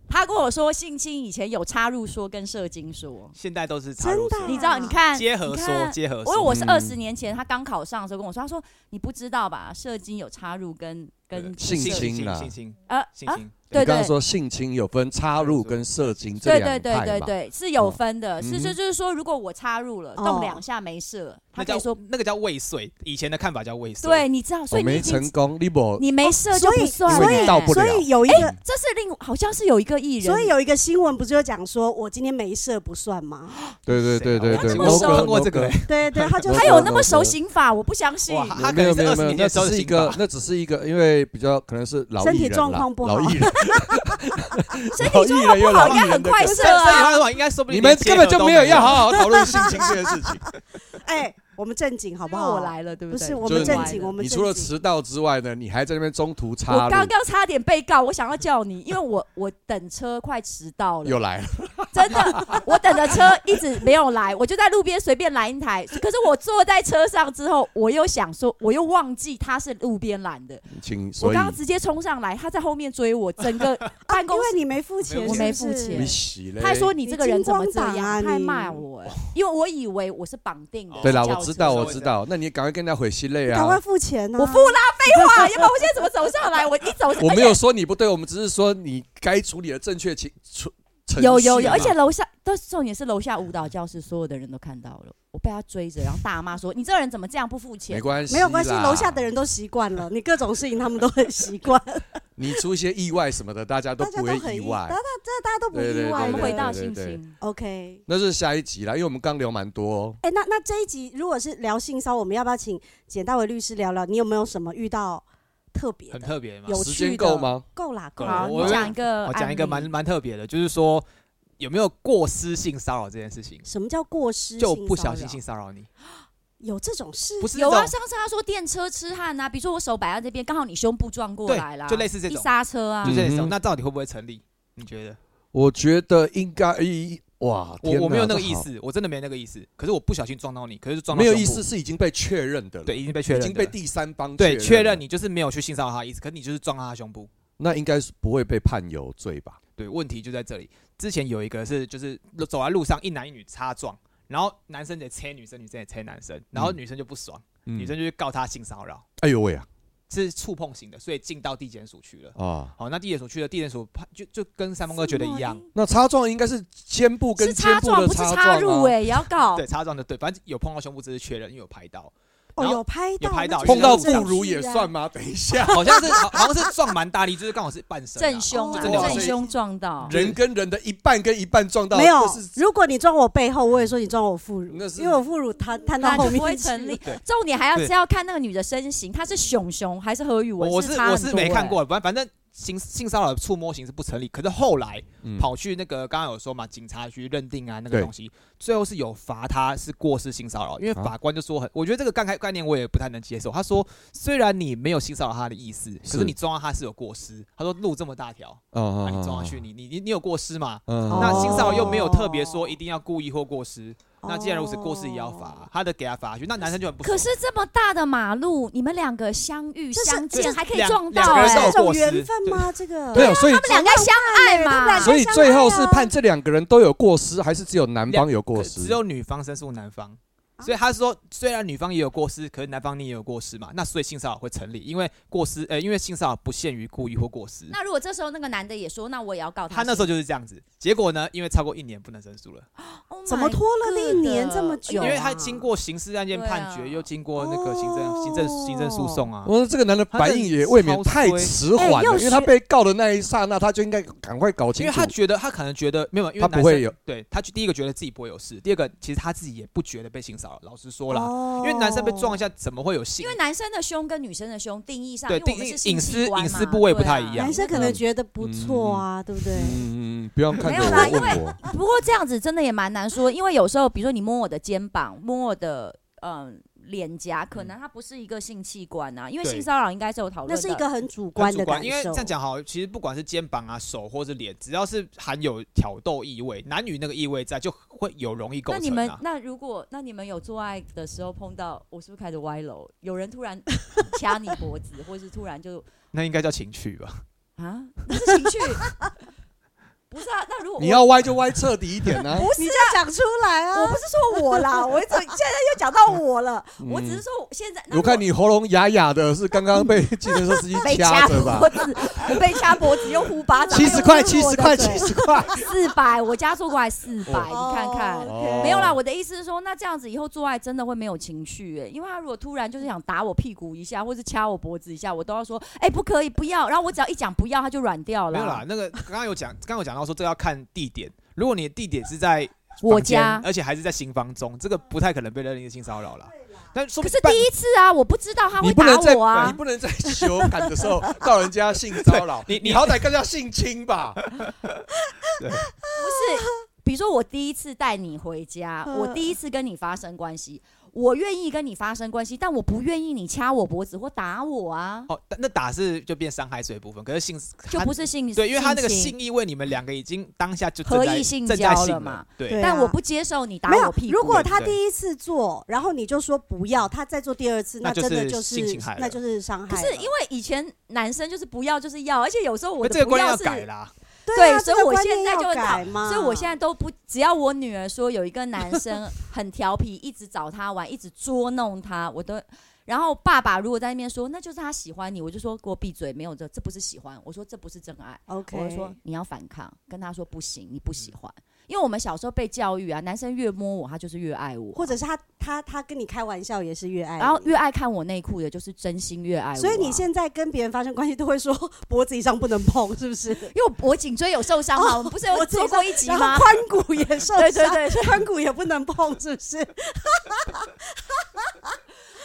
[SPEAKER 5] 他跟我说，性侵以前有插入说跟射精说，
[SPEAKER 3] 现在都是插入
[SPEAKER 2] 真的
[SPEAKER 3] 式
[SPEAKER 2] 啊
[SPEAKER 5] 你知道？你看，
[SPEAKER 3] 结合
[SPEAKER 5] 你
[SPEAKER 3] 说
[SPEAKER 5] 看
[SPEAKER 3] 结合
[SPEAKER 5] 因为
[SPEAKER 3] 说，
[SPEAKER 5] 我是
[SPEAKER 4] 嗯
[SPEAKER 5] 二十年前他刚考上的时候跟我说，他说你不知道吧，射精有插入跟跟
[SPEAKER 4] 性
[SPEAKER 3] 性
[SPEAKER 4] 侵啦
[SPEAKER 3] 性侵
[SPEAKER 5] 呃
[SPEAKER 3] 性
[SPEAKER 5] 啊，
[SPEAKER 3] 侵，
[SPEAKER 5] 对
[SPEAKER 4] 你
[SPEAKER 5] 对
[SPEAKER 4] 刚刚说性侵有分插入跟射精这
[SPEAKER 5] 对
[SPEAKER 4] 两
[SPEAKER 5] 对对
[SPEAKER 4] 派
[SPEAKER 5] 对
[SPEAKER 4] 嘛？哦
[SPEAKER 5] 对，是有分的，
[SPEAKER 4] 嗯
[SPEAKER 5] 是
[SPEAKER 4] 哼
[SPEAKER 5] 就就是说，如果我插入了，
[SPEAKER 2] 哦
[SPEAKER 5] 动两下没射，他
[SPEAKER 3] 那
[SPEAKER 5] 可以
[SPEAKER 3] 叫
[SPEAKER 5] 说，
[SPEAKER 3] 那个叫未遂，以前的看法叫未遂。
[SPEAKER 5] 对，你知道，所
[SPEAKER 4] 我
[SPEAKER 5] 以你
[SPEAKER 4] 哦没
[SPEAKER 5] 已经
[SPEAKER 4] 成功，你不
[SPEAKER 5] 你没射就不算
[SPEAKER 4] 哦
[SPEAKER 5] 了，
[SPEAKER 4] 所以所以到不
[SPEAKER 2] 所
[SPEAKER 4] 了
[SPEAKER 2] 以有一个，
[SPEAKER 5] 这是另好像是有一个艺哎人，
[SPEAKER 2] 所以有一个新闻不是有讲说，我今天没射不 算吗？
[SPEAKER 4] 对对对对
[SPEAKER 3] 谁啊
[SPEAKER 4] 对，
[SPEAKER 5] 我
[SPEAKER 4] 某
[SPEAKER 5] 我
[SPEAKER 4] 个
[SPEAKER 3] 碰过这个
[SPEAKER 4] 某
[SPEAKER 3] 人
[SPEAKER 2] 对对，他就
[SPEAKER 4] 我
[SPEAKER 5] 他
[SPEAKER 2] 是
[SPEAKER 5] 有那么熟刑法，我不相信。
[SPEAKER 3] 哇，他
[SPEAKER 4] 没
[SPEAKER 3] 可
[SPEAKER 4] 有
[SPEAKER 3] 能
[SPEAKER 4] 没
[SPEAKER 3] 是
[SPEAKER 4] 有
[SPEAKER 3] 二
[SPEAKER 4] 没
[SPEAKER 3] 十
[SPEAKER 4] 有，
[SPEAKER 3] 年前
[SPEAKER 4] 那只
[SPEAKER 3] 收的
[SPEAKER 4] 是一
[SPEAKER 3] 刑
[SPEAKER 4] 个
[SPEAKER 3] 法，
[SPEAKER 4] 那只是一个，因为比较可能是老
[SPEAKER 2] 身体
[SPEAKER 4] 艺人
[SPEAKER 2] 状
[SPEAKER 4] 啦
[SPEAKER 2] 况不
[SPEAKER 4] 老
[SPEAKER 2] 好
[SPEAKER 4] 艺人，
[SPEAKER 5] 身体状况不好，应该
[SPEAKER 4] 老艺人有老艺人
[SPEAKER 5] 很
[SPEAKER 4] 的
[SPEAKER 5] 快
[SPEAKER 4] 个
[SPEAKER 5] 射
[SPEAKER 3] 所以所以
[SPEAKER 5] 啊。
[SPEAKER 3] 的话应该说不定
[SPEAKER 4] 你们
[SPEAKER 3] 连
[SPEAKER 4] 根
[SPEAKER 3] 结
[SPEAKER 4] 本
[SPEAKER 3] 合
[SPEAKER 4] 就
[SPEAKER 3] 都
[SPEAKER 4] 没
[SPEAKER 3] 没
[SPEAKER 4] 有要好好讨论性 侵这件事情。
[SPEAKER 2] 哎，我们正经好不好？啊
[SPEAKER 5] 我来了，对
[SPEAKER 2] 不
[SPEAKER 5] 对？
[SPEAKER 2] 是我
[SPEAKER 4] 就
[SPEAKER 2] 们
[SPEAKER 4] 是
[SPEAKER 2] 正
[SPEAKER 4] 你
[SPEAKER 2] 经，我们
[SPEAKER 4] 你
[SPEAKER 2] 正
[SPEAKER 4] 除了
[SPEAKER 2] 经
[SPEAKER 4] 迟到之外呢，你还在那边中途插
[SPEAKER 5] 我
[SPEAKER 4] 入
[SPEAKER 5] 刚，刚差点被告，我想要叫你，因为我我等车快迟到了
[SPEAKER 4] 又，来了。
[SPEAKER 5] 真的，我等的车一直没有来，我就在路边随便拦一台。可是我坐在车上之后，我又想说，我又忘记他是路边拦的，
[SPEAKER 4] 请
[SPEAKER 5] 我
[SPEAKER 4] 所以
[SPEAKER 5] 刚刚直接冲上来，他在后面追我，整个办公
[SPEAKER 2] 因
[SPEAKER 5] 室
[SPEAKER 2] 为你没付钱，
[SPEAKER 5] 我没付
[SPEAKER 2] 是不是
[SPEAKER 5] 钱
[SPEAKER 4] 你洗嘞。
[SPEAKER 5] 他还说你这个人怎么这
[SPEAKER 2] 你金光
[SPEAKER 5] 样？
[SPEAKER 2] 党啊
[SPEAKER 5] 他还
[SPEAKER 2] 你
[SPEAKER 5] 骂我、哎，因为我以为我是绑定的，
[SPEAKER 4] 对啦，
[SPEAKER 5] 是教
[SPEAKER 4] 我
[SPEAKER 5] 唆
[SPEAKER 4] 知知道，我知。道。那你赶快跟他回心累
[SPEAKER 2] 赶快
[SPEAKER 4] 啊！
[SPEAKER 2] 付钱呢、
[SPEAKER 5] 我付啦，废 话，要不然我现在怎么走上来？我一走上，
[SPEAKER 4] 我没有说你不对，我们只是说你该处理的正确情处程序
[SPEAKER 5] 有有有，
[SPEAKER 4] 嘛
[SPEAKER 5] 而且楼下，但是重点是楼下舞蹈教室所有的人都看到了，我被他追着，然后大骂说：“你这个人怎么这样不付
[SPEAKER 4] 没
[SPEAKER 5] 钱
[SPEAKER 4] 关系，
[SPEAKER 2] 没有关系，楼下的。人都习惯了，你各种事情他们都很习惯，
[SPEAKER 4] 你出一些意外什么的，大家 都
[SPEAKER 2] 大家
[SPEAKER 4] 不
[SPEAKER 2] 都
[SPEAKER 4] 会
[SPEAKER 2] 很
[SPEAKER 4] 意
[SPEAKER 2] 意大
[SPEAKER 4] 外
[SPEAKER 2] 家。这大家都不
[SPEAKER 4] 对对
[SPEAKER 2] 意？”
[SPEAKER 5] 我
[SPEAKER 2] 外
[SPEAKER 4] 对
[SPEAKER 2] 的。
[SPEAKER 5] 们回到
[SPEAKER 4] 对
[SPEAKER 5] 心
[SPEAKER 4] 对对
[SPEAKER 5] 情，
[SPEAKER 2] OK。
[SPEAKER 4] 那是下一集啦，因为我们刚聊蛮多哦。
[SPEAKER 2] 哎、那那这一集如果是聊性骚扰，我们要不要请简大为律师聊聊？你有没有什么遇到特别
[SPEAKER 3] 很
[SPEAKER 2] 的？
[SPEAKER 3] 特别嘛，
[SPEAKER 2] 有
[SPEAKER 4] 时
[SPEAKER 2] 趣
[SPEAKER 4] 间
[SPEAKER 2] 的
[SPEAKER 4] 够吗？
[SPEAKER 2] 够啦，够
[SPEAKER 3] 对
[SPEAKER 2] 啦
[SPEAKER 5] 好，
[SPEAKER 3] 我
[SPEAKER 5] 你
[SPEAKER 3] 有
[SPEAKER 5] 讲一个，
[SPEAKER 3] 我讲一个蛮，蛮特别的，就是说有没有过失性骚扰这件事情，
[SPEAKER 2] 什么叫过失？
[SPEAKER 3] 就不小心性，骚 扰你，
[SPEAKER 2] 有这种事？
[SPEAKER 3] 不是
[SPEAKER 5] 有啊，
[SPEAKER 3] 那种
[SPEAKER 5] 上次他说电车痴汉啊呐，比如说我手摆在这边，刚好你胸部撞过来啦，
[SPEAKER 3] 对就类似这种
[SPEAKER 5] 一刹车啊
[SPEAKER 3] 就，是那
[SPEAKER 4] 嗯
[SPEAKER 3] 种，
[SPEAKER 4] 哼
[SPEAKER 3] 那到底会不会成立？你觉得？
[SPEAKER 4] 我觉得应该，咦哇，
[SPEAKER 3] 我
[SPEAKER 4] 天哪
[SPEAKER 3] 我没有那个
[SPEAKER 4] 这
[SPEAKER 3] 意
[SPEAKER 4] 好
[SPEAKER 3] 思，我真的没那个意思。可是我不小心撞到你，可是撞到
[SPEAKER 4] 没有
[SPEAKER 3] 胸
[SPEAKER 4] 意
[SPEAKER 3] 部
[SPEAKER 4] 思，是已经被确认的了，
[SPEAKER 3] 对，已经被确认
[SPEAKER 4] 已
[SPEAKER 3] 的，
[SPEAKER 4] 经被第三方
[SPEAKER 3] 对确认
[SPEAKER 4] 了，
[SPEAKER 3] 你就是没有去性骚扰他的意思，可是你就是撞到他胸部。
[SPEAKER 4] 那应该是不会被判有罪吧？
[SPEAKER 3] 对，问题就在这里。之前有一个是就是走在路上，一男一女擦撞，然后男生得切女生，女生也切男生，然后
[SPEAKER 4] 嗯
[SPEAKER 3] 女生就不爽，
[SPEAKER 4] 女
[SPEAKER 3] 女生就去告他性骚扰，
[SPEAKER 4] 嗯哎呦喂啊
[SPEAKER 3] 是触碰型的，所以进到地检署去了。
[SPEAKER 4] 啊！
[SPEAKER 3] 好，那地检署去了，地检署判就就跟三峰哥觉得一样，
[SPEAKER 4] 那擦撞应该是肩部跟
[SPEAKER 5] 是
[SPEAKER 4] 肩
[SPEAKER 5] 擦
[SPEAKER 4] 部的
[SPEAKER 5] 撞不是
[SPEAKER 4] 擦
[SPEAKER 5] 插入
[SPEAKER 4] 撞啊，
[SPEAKER 5] 哎，也要搞
[SPEAKER 3] 对，擦撞的对，反正有碰到胸部，只是确认，因为有拍到，
[SPEAKER 2] 哦，
[SPEAKER 3] 然后
[SPEAKER 2] 有拍到，
[SPEAKER 3] 有拍到
[SPEAKER 2] 那这
[SPEAKER 4] 碰到
[SPEAKER 2] 种
[SPEAKER 4] 副乳也
[SPEAKER 2] 是啊
[SPEAKER 4] 算吗？等一下，
[SPEAKER 3] 好像是好好像是撞蛮大力，就是刚好是半身、啊，
[SPEAKER 5] 正胸啊，
[SPEAKER 3] 就这两个
[SPEAKER 5] 正胸撞到，
[SPEAKER 4] 人跟人的一半跟一半撞到，
[SPEAKER 2] 没有
[SPEAKER 4] 这是，
[SPEAKER 2] 如果你撞我背后，我也说你撞我副乳
[SPEAKER 4] 那，是
[SPEAKER 2] 因为我副乳摊摊到
[SPEAKER 5] 啊那
[SPEAKER 2] 后
[SPEAKER 5] 就
[SPEAKER 2] 面
[SPEAKER 5] 不会
[SPEAKER 2] 去
[SPEAKER 5] 成立
[SPEAKER 3] 对。
[SPEAKER 5] 重点还要
[SPEAKER 3] 对
[SPEAKER 5] 是要看那个女的身形，她是熊熊还是何宇
[SPEAKER 3] 我
[SPEAKER 5] 文？
[SPEAKER 3] 我
[SPEAKER 5] 是
[SPEAKER 3] 是
[SPEAKER 5] 差很
[SPEAKER 3] 我
[SPEAKER 5] 多
[SPEAKER 3] 是没看
[SPEAKER 5] 欸
[SPEAKER 3] 过，反反正性性骚扰触摸型是不成立，可是后来
[SPEAKER 4] 嗯
[SPEAKER 3] 跑去那个刚刚有说嘛，警察局认定啊那
[SPEAKER 4] 对
[SPEAKER 3] 个东西，最后是有罚他是过失性骚扰，因为
[SPEAKER 4] 啊
[SPEAKER 3] 法官就说很，我觉得这个概概概念我也不太能接受。他说虽然你没有性骚扰他的意思，可
[SPEAKER 4] 是
[SPEAKER 3] 是你撞到他是有过失。他说路这么大条，
[SPEAKER 4] 啊
[SPEAKER 3] 啊你撞上去你你你你有过失嘛？
[SPEAKER 4] 嗯
[SPEAKER 3] 那性骚扰又
[SPEAKER 2] 哦
[SPEAKER 3] 没有特别说一定要故意或过失， 那既然如此，过失也要
[SPEAKER 2] 哦
[SPEAKER 3] 罚，他的给他罚下去，那男生就很不爽。
[SPEAKER 5] 可是这么大的马路，你们两个相遇
[SPEAKER 2] 这是
[SPEAKER 5] 相
[SPEAKER 3] 这
[SPEAKER 5] 见
[SPEAKER 3] 是
[SPEAKER 5] 还可以
[SPEAKER 3] 两
[SPEAKER 5] 撞到
[SPEAKER 3] 两个
[SPEAKER 5] 哎、
[SPEAKER 2] 这
[SPEAKER 3] 人都有
[SPEAKER 2] 种
[SPEAKER 3] 过失
[SPEAKER 2] 缘分吗？这个
[SPEAKER 4] 对啊，所以
[SPEAKER 5] 他们两个相
[SPEAKER 2] 欸
[SPEAKER 5] 爱嘛。
[SPEAKER 4] 所以
[SPEAKER 2] 相
[SPEAKER 4] 最后
[SPEAKER 2] 爱啊
[SPEAKER 4] 是判这两个人都有过失，还是只有男方有过
[SPEAKER 3] 可
[SPEAKER 4] 失？
[SPEAKER 3] 只有女方申诉男方。
[SPEAKER 2] 啊
[SPEAKER 3] 所以他说，虽然女方也有过失，可是男方你也有过失嘛，那所以性骚扰会成立，因为过失，呃，因为性骚扰不限于故意或过失。
[SPEAKER 5] 那如果这时候那个男的也说，那我也要告
[SPEAKER 3] 他那时候就是这样子，结果呢，因为超过一年不能申诉了，
[SPEAKER 5] 候
[SPEAKER 2] 怎么拖了一年这么久啊？
[SPEAKER 3] 因为他经过刑事案件判决，
[SPEAKER 5] 对啊
[SPEAKER 3] 又经过那个行政、
[SPEAKER 2] 哦
[SPEAKER 3] 行政行政诉讼啊，
[SPEAKER 4] 我说这个男的反应也未免太迟缓
[SPEAKER 2] 哎又
[SPEAKER 4] 了，因
[SPEAKER 2] 学
[SPEAKER 4] 为他被告的那一刹那，他就应该赶快搞
[SPEAKER 3] 因
[SPEAKER 4] 清
[SPEAKER 3] 为
[SPEAKER 4] 楚
[SPEAKER 3] 他。觉得他可能觉得没有，因为
[SPEAKER 4] 他
[SPEAKER 3] 男生
[SPEAKER 4] 不会有，
[SPEAKER 3] 对他第一个觉得自己不会有事，第二个其实他自己也不觉得被性骚扰，老实说啦，
[SPEAKER 2] 哦
[SPEAKER 3] 因为男生被撞一下怎么会有性？
[SPEAKER 5] 因为男生的胸跟女生的胸定义上，
[SPEAKER 3] 对
[SPEAKER 5] 因为我们是性
[SPEAKER 3] 定义
[SPEAKER 5] 器官嘛啊
[SPEAKER 3] 隐私隐私部位不太一样
[SPEAKER 2] 男生可能觉得不错啊，对不对？
[SPEAKER 4] 嗯嗯嗯，不要看着
[SPEAKER 5] 没有啦
[SPEAKER 4] 我问我，
[SPEAKER 5] 不过这样子真的也蛮难说，因为有时候比如说你摸我的肩膀，摸我的嗯脸颊，可能它不是一个性器官啊，因为
[SPEAKER 3] 对
[SPEAKER 5] 性骚扰应该是有讨论的。
[SPEAKER 2] 那是一个很主
[SPEAKER 3] 很
[SPEAKER 2] 观
[SPEAKER 3] 主
[SPEAKER 2] 的感
[SPEAKER 3] 观，因为
[SPEAKER 2] 受
[SPEAKER 3] 这。样讲好，其实不管是肩膀啊、手或是脸，只要是含有挑逗意味，男女那个意味在，就会有容易构
[SPEAKER 5] 那你
[SPEAKER 3] 成
[SPEAKER 5] 们
[SPEAKER 3] 啊。
[SPEAKER 5] 那如果那你们有做爱的时候碰到，我是不是开始歪楼？有人突然掐你脖子，或是突然就
[SPEAKER 3] 那应该叫情趣吧？
[SPEAKER 5] 啊，那是情趣， 不是啊？那如果
[SPEAKER 4] 你
[SPEAKER 5] 我
[SPEAKER 4] 要歪就歪彻底一点呢。啊
[SPEAKER 2] 不是，你就要讲出来啊！我不是说我啦，我怎么现在又讲到我了？
[SPEAKER 5] 我只是说我现在，那
[SPEAKER 4] 嗯我
[SPEAKER 5] 如果
[SPEAKER 4] 看你喉咙哑哑的，是刚 刚被计程车司机
[SPEAKER 5] 被
[SPEAKER 4] 掐
[SPEAKER 5] 掐
[SPEAKER 4] 着吧
[SPEAKER 5] 脖？子，我被掐脖子用呼巴掌，
[SPEAKER 4] 七十块，
[SPEAKER 2] 这
[SPEAKER 4] 七
[SPEAKER 2] 是我
[SPEAKER 4] 十
[SPEAKER 2] 的
[SPEAKER 4] 块，
[SPEAKER 2] 嘴
[SPEAKER 4] 七十块。
[SPEAKER 5] 四百，我加做 过来四百，你看看。
[SPEAKER 4] 哦
[SPEAKER 5] 没有啦，我的意思是说，那这样子以后做爱真的会没有情绪哎、因为他如果突然就是想打我屁股一下，或是掐我脖子一下，我都要说，哎、不可以，不要。然后我只要一讲不要，他就软掉了。
[SPEAKER 3] 没有啦，那个刚刚有讲，刚刚有讲到说这要看地点，如果你的地点是在
[SPEAKER 5] 我
[SPEAKER 3] 房间
[SPEAKER 5] 家。
[SPEAKER 3] 而且还是在新房中，这个不太可能被认定是性骚扰啦。但说
[SPEAKER 5] 可
[SPEAKER 3] 不
[SPEAKER 5] 是
[SPEAKER 3] 定半
[SPEAKER 5] 第一次啊，我不知道他
[SPEAKER 4] 你
[SPEAKER 5] 会
[SPEAKER 4] 不
[SPEAKER 5] 打
[SPEAKER 4] 能在
[SPEAKER 5] 我
[SPEAKER 4] 你
[SPEAKER 5] 啊。
[SPEAKER 4] 不能在求喊的时候到人家性骚扰，
[SPEAKER 3] 对你
[SPEAKER 4] 你好歹更要性侵吧？
[SPEAKER 5] 不 是，比如说我第一次带你回家，
[SPEAKER 2] 嗯
[SPEAKER 5] 我第一次跟你发生关系，我愿意跟你发生关系，但我不愿意你掐我脖子或打我啊，
[SPEAKER 3] 哦，但那打是就变伤害罪的部分，可是性
[SPEAKER 5] 就
[SPEAKER 3] 他
[SPEAKER 5] 不是性
[SPEAKER 3] 对，因为他那个
[SPEAKER 5] 侵
[SPEAKER 3] 性意味，你们两个已经当下就
[SPEAKER 5] 合
[SPEAKER 3] 正在
[SPEAKER 5] 意性
[SPEAKER 3] 正
[SPEAKER 5] 交
[SPEAKER 3] 在
[SPEAKER 5] 了
[SPEAKER 3] 性
[SPEAKER 5] 嘛。
[SPEAKER 3] 对
[SPEAKER 2] 对啊
[SPEAKER 5] 但我不接受你打
[SPEAKER 2] 没
[SPEAKER 5] 我
[SPEAKER 2] 有
[SPEAKER 5] 屁，股。
[SPEAKER 2] 如果
[SPEAKER 3] 对
[SPEAKER 2] 他
[SPEAKER 3] 对
[SPEAKER 2] 第一次做，然后你就说不要，他再做第二次，
[SPEAKER 3] 那就
[SPEAKER 2] 真
[SPEAKER 3] 是
[SPEAKER 2] 的就是
[SPEAKER 3] 性侵害了
[SPEAKER 2] 那就是伤
[SPEAKER 5] 可
[SPEAKER 2] 害了。
[SPEAKER 5] 是因为以前男生就是不要就是要，而且有时候我
[SPEAKER 3] 那
[SPEAKER 5] 的
[SPEAKER 3] 这个
[SPEAKER 5] 不
[SPEAKER 3] 观念
[SPEAKER 5] 要
[SPEAKER 3] 要
[SPEAKER 5] 是
[SPEAKER 3] 改啦。
[SPEAKER 2] 对啊，
[SPEAKER 5] 所以
[SPEAKER 2] 这个
[SPEAKER 5] 我
[SPEAKER 2] 观
[SPEAKER 5] 现
[SPEAKER 2] 念
[SPEAKER 5] 在
[SPEAKER 2] 要
[SPEAKER 5] 就会找
[SPEAKER 2] 改嘛。
[SPEAKER 5] 所以我现在都不，只要我女儿说有一个男 生很调皮，一直找她玩，一直捉弄她，我都。然后爸爸如果在那边说那就是他喜欢你，我就说给我闭嘴，没有这这不是喜欢，我说这不是真爱，
[SPEAKER 2] OK，
[SPEAKER 5] 我就说你要反抗，跟他说不行，你不喜欢，因为我们小时候被教育啊，男生越摸我他就是越爱我，
[SPEAKER 2] 或者是他他他跟你开玩笑也是越爱你，
[SPEAKER 5] 然后越爱看我内裤的就是真心越爱我啊、
[SPEAKER 2] 所以你现在跟别人发生关系都会说脖子以上不能碰，是不是？
[SPEAKER 5] 因为我我颈椎有受伤嘛，我们不是有
[SPEAKER 2] 哦我
[SPEAKER 5] 做过一集
[SPEAKER 2] 然后
[SPEAKER 5] 吗？
[SPEAKER 2] 髋骨也受伤，
[SPEAKER 5] 对对对，
[SPEAKER 2] 髋骨也不能碰，是不是？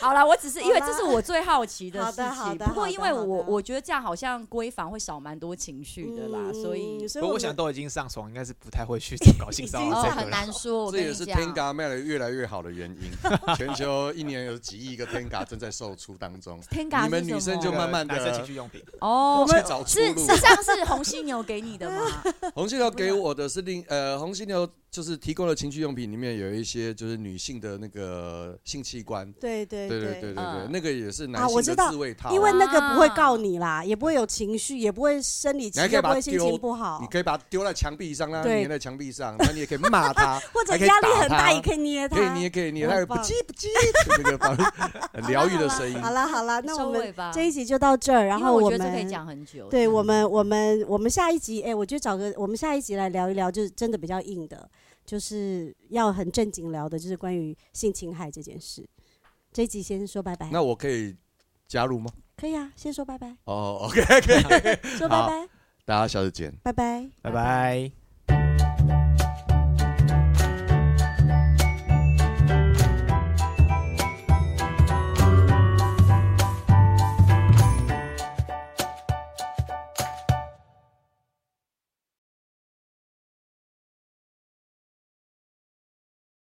[SPEAKER 5] 好啦，我只是因为
[SPEAKER 2] 好啦
[SPEAKER 5] 这是我最好奇的事情。
[SPEAKER 2] 好的好的
[SPEAKER 5] 不过因为
[SPEAKER 2] 好的
[SPEAKER 5] 我
[SPEAKER 2] 好的
[SPEAKER 5] 我觉得这样好像闺房会少蛮多情绪的啦，所以
[SPEAKER 2] 嗯所
[SPEAKER 3] 不
[SPEAKER 2] 以
[SPEAKER 3] 过我
[SPEAKER 2] 们
[SPEAKER 3] 想都已经上床，应该是不太会去搞性骚
[SPEAKER 5] 哦
[SPEAKER 3] 扰这
[SPEAKER 5] 很
[SPEAKER 3] 个了。
[SPEAKER 5] 难说。我
[SPEAKER 4] 这
[SPEAKER 5] 跟
[SPEAKER 4] 也
[SPEAKER 5] 你
[SPEAKER 4] 是
[SPEAKER 5] 讲，
[SPEAKER 4] Tenga 卖的越来越好的原因。全球一年有几亿个 Tenga 正在售出当中，
[SPEAKER 5] Tenga
[SPEAKER 4] 你们
[SPEAKER 5] 是什么
[SPEAKER 4] 女生就
[SPEAKER 3] 这个
[SPEAKER 4] 慢慢地
[SPEAKER 3] 男生情趣用品，
[SPEAKER 5] 哦，
[SPEAKER 4] 去找出
[SPEAKER 5] 是
[SPEAKER 4] 路。
[SPEAKER 5] 是上是红犀牛给你的吗？
[SPEAKER 4] 红犀牛给我的是另呃，红犀牛就是提供的情趣用品里面有一些就是女性的那个性器官，
[SPEAKER 2] 对对
[SPEAKER 4] 对对对对对
[SPEAKER 5] 嗯，
[SPEAKER 4] 那个也是
[SPEAKER 2] 啊
[SPEAKER 4] 男
[SPEAKER 2] 我知
[SPEAKER 4] 性的
[SPEAKER 2] 道
[SPEAKER 4] 自慰套啊，
[SPEAKER 2] 因为那个不会告你啦，也不会有情绪，也不会生理期，
[SPEAKER 4] 你还可以
[SPEAKER 2] 也不
[SPEAKER 4] 把它
[SPEAKER 2] 会心情不好
[SPEAKER 4] 你，可以把它丢在墙壁上，让它
[SPEAKER 2] 对，
[SPEAKER 4] 粘在墙壁上，那你也可以骂它
[SPEAKER 2] 或者
[SPEAKER 4] 还可以
[SPEAKER 2] 压力
[SPEAKER 4] 打
[SPEAKER 2] 很大
[SPEAKER 4] 它
[SPEAKER 2] 也可以捏它。
[SPEAKER 4] 可以捏，可以捏，它
[SPEAKER 2] 很
[SPEAKER 4] 有不
[SPEAKER 2] 棒
[SPEAKER 4] 叽不叽 那个方很疗愈的声音。
[SPEAKER 2] 好了好了， 那
[SPEAKER 5] 收
[SPEAKER 2] 我
[SPEAKER 5] 尾
[SPEAKER 2] 们
[SPEAKER 5] 吧。
[SPEAKER 2] 这一集就到这儿，然
[SPEAKER 5] 因
[SPEAKER 2] 后
[SPEAKER 5] 为我觉
[SPEAKER 2] 们
[SPEAKER 5] 得这可以讲嗯很久。
[SPEAKER 2] 对我们，我们，我们下一集，哎、我就找个，我们下一集来聊一聊，就是真的比较硬的，就是要很正经聊的，就是关于性侵害这件事。这一集先说拜拜，
[SPEAKER 4] 那我可以加入吗？
[SPEAKER 2] 可以啊，先 说拜拜，
[SPEAKER 4] 哦，OK，可以，
[SPEAKER 2] 说拜拜，
[SPEAKER 4] 大家下次见。
[SPEAKER 2] 拜拜。
[SPEAKER 3] 拜拜。